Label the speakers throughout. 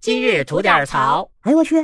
Speaker 1: 今日吐点槽。
Speaker 2: 哎我去，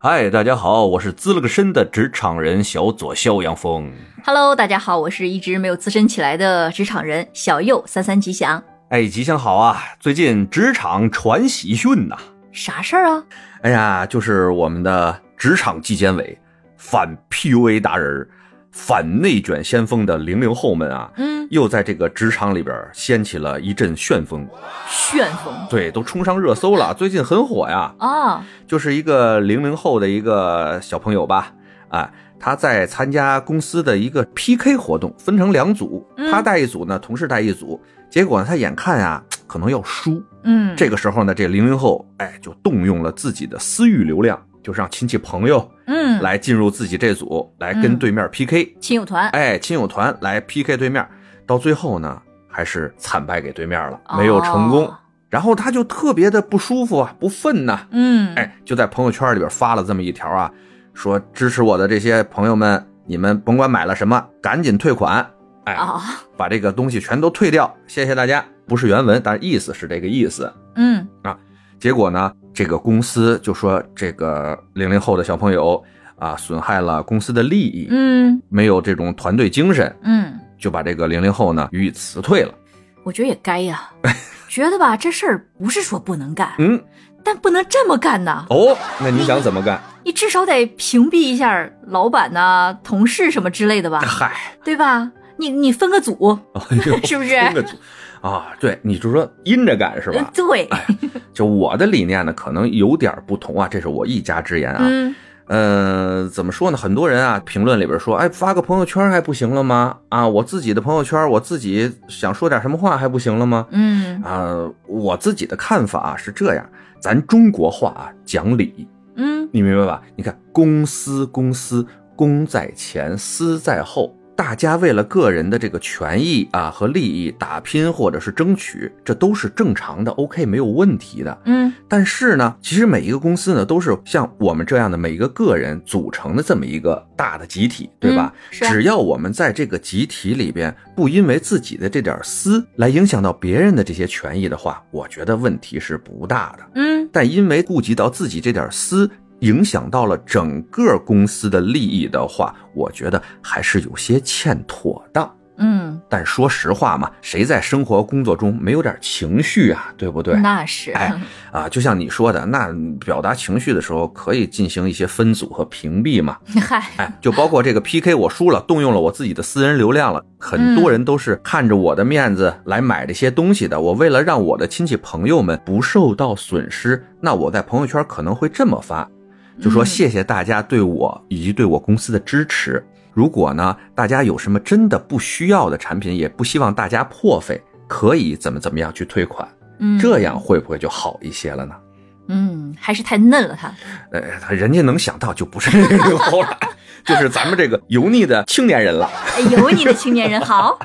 Speaker 3: 嗨，大家好，我是滋了个身的职场人小左肖阳峰。
Speaker 4: Hello，大家好，我是一直没有滋生起来的职场人小右，三三吉祥。
Speaker 3: 哎，吉祥好啊！最近职场传喜讯呐、
Speaker 4: 啥事儿啊？
Speaker 3: 哎呀，就是我们的职场纪检委反 PUA 达人、反内卷先锋的零零后们啊，
Speaker 4: 嗯，
Speaker 3: 又在这个职场里边掀起了一阵旋风，
Speaker 4: 旋风
Speaker 3: 对，都冲上热搜了，最近很火呀。
Speaker 4: 啊！
Speaker 3: 就是一个零零后的一个小朋友吧，啊，他在参加公司的一个 PK 活动，分成两组，
Speaker 4: 嗯
Speaker 3: 他带一组呢，同事带一组。结果呢，他眼看啊，可能要输。
Speaker 4: 嗯，
Speaker 3: 这个时候呢，这零零后哎，就动用了自己的私域流量，就让亲戚朋友
Speaker 4: 嗯，
Speaker 3: 来进入自己这组，来跟
Speaker 4: 嗯
Speaker 3: 对面 PK，、
Speaker 4: 亲友团
Speaker 3: 哎，亲友团来 PK 对面，到最后呢，还是惨败给对面了，
Speaker 4: 哦
Speaker 3: 没有成功。然后他就特别的不舒服啊，不忿呐、
Speaker 4: 嗯，
Speaker 3: 哎，就在朋友圈里边发了这么一条啊，说支持我的这些朋友们，你们甭管买了什么，赶紧退款，哎，
Speaker 4: 啊，
Speaker 3: 把这个东西全都退掉，谢谢大家。不是原文，但是意思是这个意思。
Speaker 4: 嗯
Speaker 3: 结果呢，这个公司就说这个零零后的小朋友啊，损害了公司的利益，
Speaker 4: 嗯
Speaker 3: 没有这种团队精神，
Speaker 4: 嗯，
Speaker 3: 就把这个零零后呢予以辞退了。
Speaker 4: 我觉得也该 呀、觉得吧，这事儿不是说不能干，
Speaker 3: 嗯，
Speaker 4: 但不能这么干呐。
Speaker 3: 哦，那你想怎 么干？
Speaker 4: 你至少得屏蔽一下老板呐、同事什么之类的吧，
Speaker 3: 嗨，
Speaker 4: 对吧？你你分个组，
Speaker 3: 哎呦
Speaker 4: 是不是嗯
Speaker 3: 真个啊，对，你就说阴着干是吧？哎
Speaker 4: 对，
Speaker 3: 就我的理念呢，可能有点不同啊，这是我一家之言啊。
Speaker 4: 嗯
Speaker 3: 嗯、呃，怎么说呢？很多人啊，评论里边说，哎，发个朋友圈还不行了吗？啊，我自己的朋友圈，我自己想说点什么话还不行了吗？
Speaker 4: 嗯
Speaker 3: 啊、我自己的看法、啊、是这样，咱中国话啊讲理，
Speaker 4: 嗯，
Speaker 3: 你明白吧？你看，公私公私，公在前，私在后。大家为了个人的这个权益啊和利益打拼或者是争取，这都是正常的，OK，没有问题的。
Speaker 4: 嗯
Speaker 3: 但是呢，其实每一个公司呢，都是像我们这样的每一个个人组成的这么一个大的集体，对吧？
Speaker 4: 嗯是啊
Speaker 3: 只要我们在这个集体里边不因为自己的这点私来影响到别人的这些权益的话，我觉得问题是不大的。
Speaker 4: 嗯
Speaker 3: 但因为顾及到自己这点私，影响到了整个公司的利益的话，我觉得还是有些欠妥当。
Speaker 4: 嗯，
Speaker 3: 但说实话嘛，谁在生活工作中没有点情绪啊？对不对？
Speaker 4: 那是，
Speaker 3: 哎啊，就像你说的，那表达情绪的时候可以进行一些分组和屏蔽嘛。
Speaker 4: 嗨，
Speaker 3: 哎，就包括这个 PK，我输了，动用了我自己的私人流量了，很
Speaker 4: 嗯
Speaker 3: 多人都是看着我的面子来买这些东西的。我为了让我的亲戚朋友们不受到损失，那我在朋友圈可能会这么发，就说
Speaker 4: 嗯
Speaker 3: 谢谢大家对我以及对我公司的支持。如果呢，大家有什么真的不需要的产品，也不希望大家破费，可以怎么怎么样去退款，
Speaker 4: 嗯，
Speaker 3: 这样会不会就好一些了呢？
Speaker 4: 嗯，还是太嫩了他。
Speaker 3: 呃，人家能想到就不是零零后 了，就是咱们这个油腻的青年人了。
Speaker 4: 哎有你的青年人好，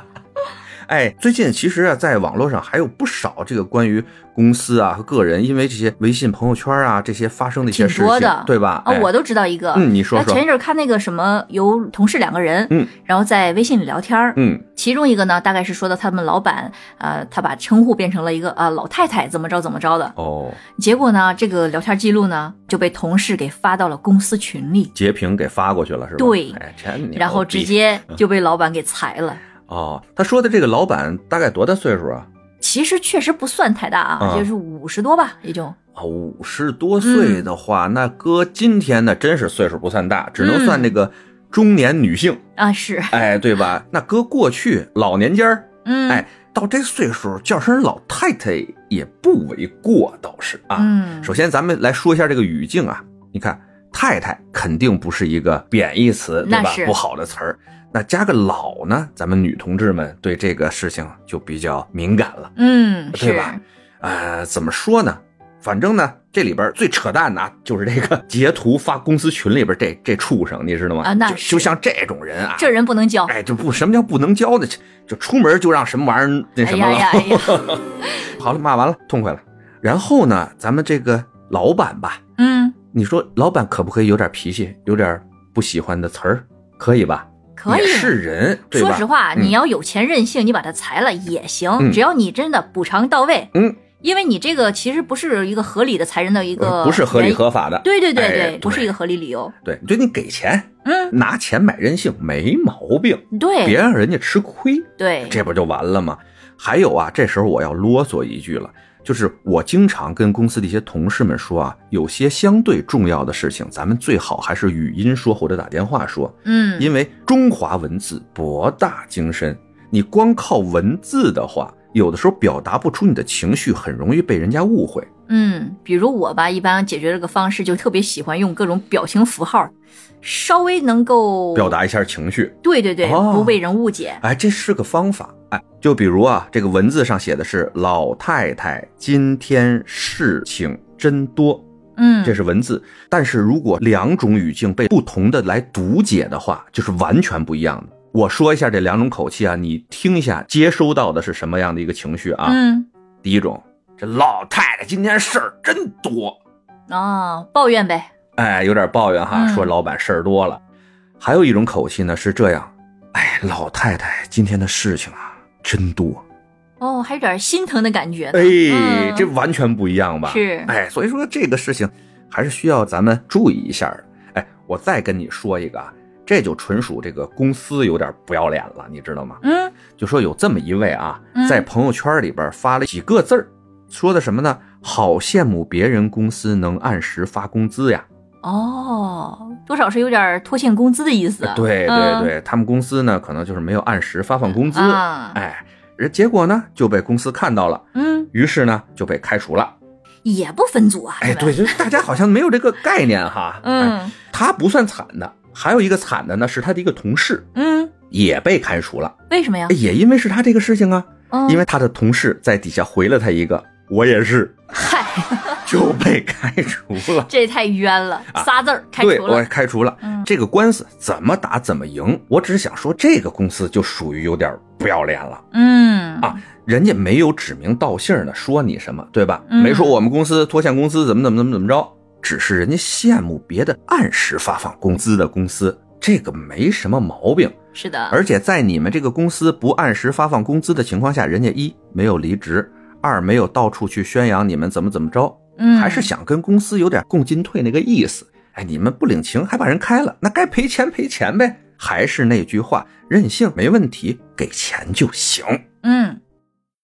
Speaker 3: 哎，最近其实啊，在网络上还有不少这个关于公司啊和个人因为这些微信朋友圈啊这些发生的一些
Speaker 4: 挺
Speaker 3: 事情，
Speaker 4: 多的
Speaker 3: 对吧？
Speaker 4: 啊，
Speaker 3: 哎
Speaker 4: 我都知道一个。
Speaker 3: 嗯，你说
Speaker 4: 那前一
Speaker 3: 说，
Speaker 4: 阵儿看那个什么，有同事两个人，
Speaker 3: 嗯，
Speaker 4: 然后在微信里聊天儿，
Speaker 3: 嗯
Speaker 4: 其中一个呢，大概是说到他们老板，呃，他把称呼变成了一个啊、老太太，怎么着怎么着的。
Speaker 3: 哦，
Speaker 4: 结果呢，这个聊天记录呢就被同事给发到了公司群里，
Speaker 3: 截屏给发过去了是吧？
Speaker 4: 对
Speaker 3: 哎，真牛逼
Speaker 4: 然后直接
Speaker 3: 嗯
Speaker 4: 就被老板给裁了。
Speaker 3: 哦，他说的这个老板大概多大岁数啊？
Speaker 4: 其实确实不算太大啊，
Speaker 3: 嗯
Speaker 4: 就是五十多吧，也就
Speaker 3: 啊，五十多岁的话，那搁今天呢，真是岁数不算大，只能算
Speaker 4: 嗯
Speaker 3: 这个中年女性，
Speaker 4: 啊是，
Speaker 3: 哎，对吧？那搁过去老年间儿，
Speaker 4: 嗯，
Speaker 3: 哎，到这岁数叫声老太太也不为过，倒是啊。
Speaker 4: 嗯，
Speaker 3: 首先，咱们来说一下这个语境啊。你看，太太肯定不是一个贬义词，对
Speaker 4: 那
Speaker 3: 吧
Speaker 4: 是？
Speaker 3: 不好的词儿。那加个老呢，咱们女同志们对这个事情就比较敏感了。
Speaker 4: 嗯
Speaker 3: 对
Speaker 4: 是
Speaker 3: 吧呃，怎么说呢？反正呢，这里边最扯淡的、啊、就是这个截图发公司群里边这这畜生，你知道吗？
Speaker 4: 啊那
Speaker 3: 就是就像这种人啊，
Speaker 4: 这人不能交。
Speaker 3: 哎，就不什么叫不能交呢？就就出门就让什么玩意儿那
Speaker 4: 哎
Speaker 3: 什
Speaker 4: 呀
Speaker 3: 么了。
Speaker 4: 呀哎呀，
Speaker 3: 好了，骂完了，痛快了。然后呢，咱们这个老板吧，
Speaker 4: 嗯，
Speaker 3: 你说老板可不可以有点脾气，有点不喜欢的词儿，可以吧？
Speaker 4: 可以
Speaker 3: 也。是人，对吧？
Speaker 4: 说实话，
Speaker 3: 嗯
Speaker 4: 你要有钱任性，你把他裁了也行，
Speaker 3: 嗯
Speaker 4: 只要你真的补偿到位。
Speaker 3: 嗯，
Speaker 4: 因为你这个其实不是一个合理的裁人的一个，
Speaker 3: 呃不是合理合法的。
Speaker 4: 对对对对，
Speaker 3: 哎
Speaker 4: 不是一个合理理由。
Speaker 3: 对，你对你给钱，
Speaker 4: 嗯，
Speaker 3: 拿钱买人性没毛病，嗯别
Speaker 4: 对
Speaker 3: 让人家吃亏，
Speaker 4: 对，
Speaker 3: 这不就完了吗？还有啊，这时候我要啰嗦一句了，就是我经常跟公司的一些同事们说啊，有些相对重要的事情，咱们最好还是语音说或者打电话说，
Speaker 4: 嗯
Speaker 3: 因为中华文字博大精深，你光靠文字的话，有的时候表达不出你的情绪，很容易被人家误会。
Speaker 4: 嗯，比如我吧，一般解决这个方式就特别喜欢用各种表情符号，稍微能够
Speaker 3: 表，达一下情绪，
Speaker 4: 对对对，
Speaker 3: 哦
Speaker 4: 不被人误解。
Speaker 3: 哎，这是个方法。哎，就比如啊，这个文字上写的是“老太太今天事情真多”，
Speaker 4: 嗯，
Speaker 3: 这是文字。但是如果两种语境被不同的来读解的话，就是完全不一样的。我说一下这两种口气啊，你听一下，接收到的是什么样的一个情绪啊？
Speaker 4: 嗯
Speaker 3: 第一种，这老太太今天事儿真多，
Speaker 4: 啊，抱怨呗，
Speaker 3: 哎，有点抱怨哈，
Speaker 4: 嗯
Speaker 3: 说老板事儿多了。还有一种口气呢是这样，哎，老太太今天的事情啊真多，
Speaker 4: 哦，还有点心疼的感觉呢。
Speaker 3: 哎，
Speaker 4: 嗯
Speaker 3: 这完全不一样吧？
Speaker 4: 是
Speaker 3: 哎，所以说这个事情还是需要咱们注意一下的。哎，我再跟你说一个啊，这就纯属这个公司有点不要脸了，你知道吗？
Speaker 4: 嗯
Speaker 3: 就说有这么一位啊
Speaker 4: 嗯，
Speaker 3: 在朋友圈里边发了几个字儿，说的什么呢？好羡慕别人公司能按时发工资呀！
Speaker 4: 哦，多少是有点拖欠工资的意思。
Speaker 3: 对对
Speaker 4: 嗯，
Speaker 3: 对，他们公司呢可能就是没有按时发放工资，
Speaker 4: 啊，
Speaker 3: 哎，人结果呢就被公司看到了，
Speaker 4: 嗯，
Speaker 3: 于是呢就被开除了。
Speaker 4: 也不分组啊。
Speaker 3: 哎，
Speaker 4: 是吧
Speaker 3: 对，，就是大家好像没有这个概念哈。哎，
Speaker 4: 嗯
Speaker 3: 他不算惨的，还有一个惨的呢是他的一个同事
Speaker 4: 嗯，
Speaker 3: 也被开除了，
Speaker 4: 为什么呀
Speaker 3: 哎？也因为是他这个事情啊，
Speaker 4: 嗯，
Speaker 3: 因为他的同事在底下回了他一个“我 也是
Speaker 4: 嗨，”，
Speaker 3: 就被开除了。
Speaker 4: 这也太冤了，仨字儿开
Speaker 3: 啊对，
Speaker 4: 除
Speaker 3: 我
Speaker 4: 了。
Speaker 3: 开除了。
Speaker 4: 嗯
Speaker 3: 这个官司怎么打怎么赢，我只是想说，这个公司就属于有点不要脸了。
Speaker 4: 嗯
Speaker 3: 啊人家没有指名道姓的说你什么，对吧？
Speaker 4: 嗯
Speaker 3: 没说我们公司拖欠工资怎么怎么怎么怎么着，只是人家羡慕别的按时发放工资的公司，这个没什么毛病。
Speaker 4: 是的，
Speaker 3: 而且在你们这个公司不按时发放工资的情况下，人家一没有离职，二没有到处去宣扬你们怎么怎么着，
Speaker 4: 嗯
Speaker 3: 还是想跟公司有点共进退那个意思。哎，你们不领情还把人开了，那该赔钱赔钱呗。还是那句话，任性没问题，给钱就行。
Speaker 4: 嗯，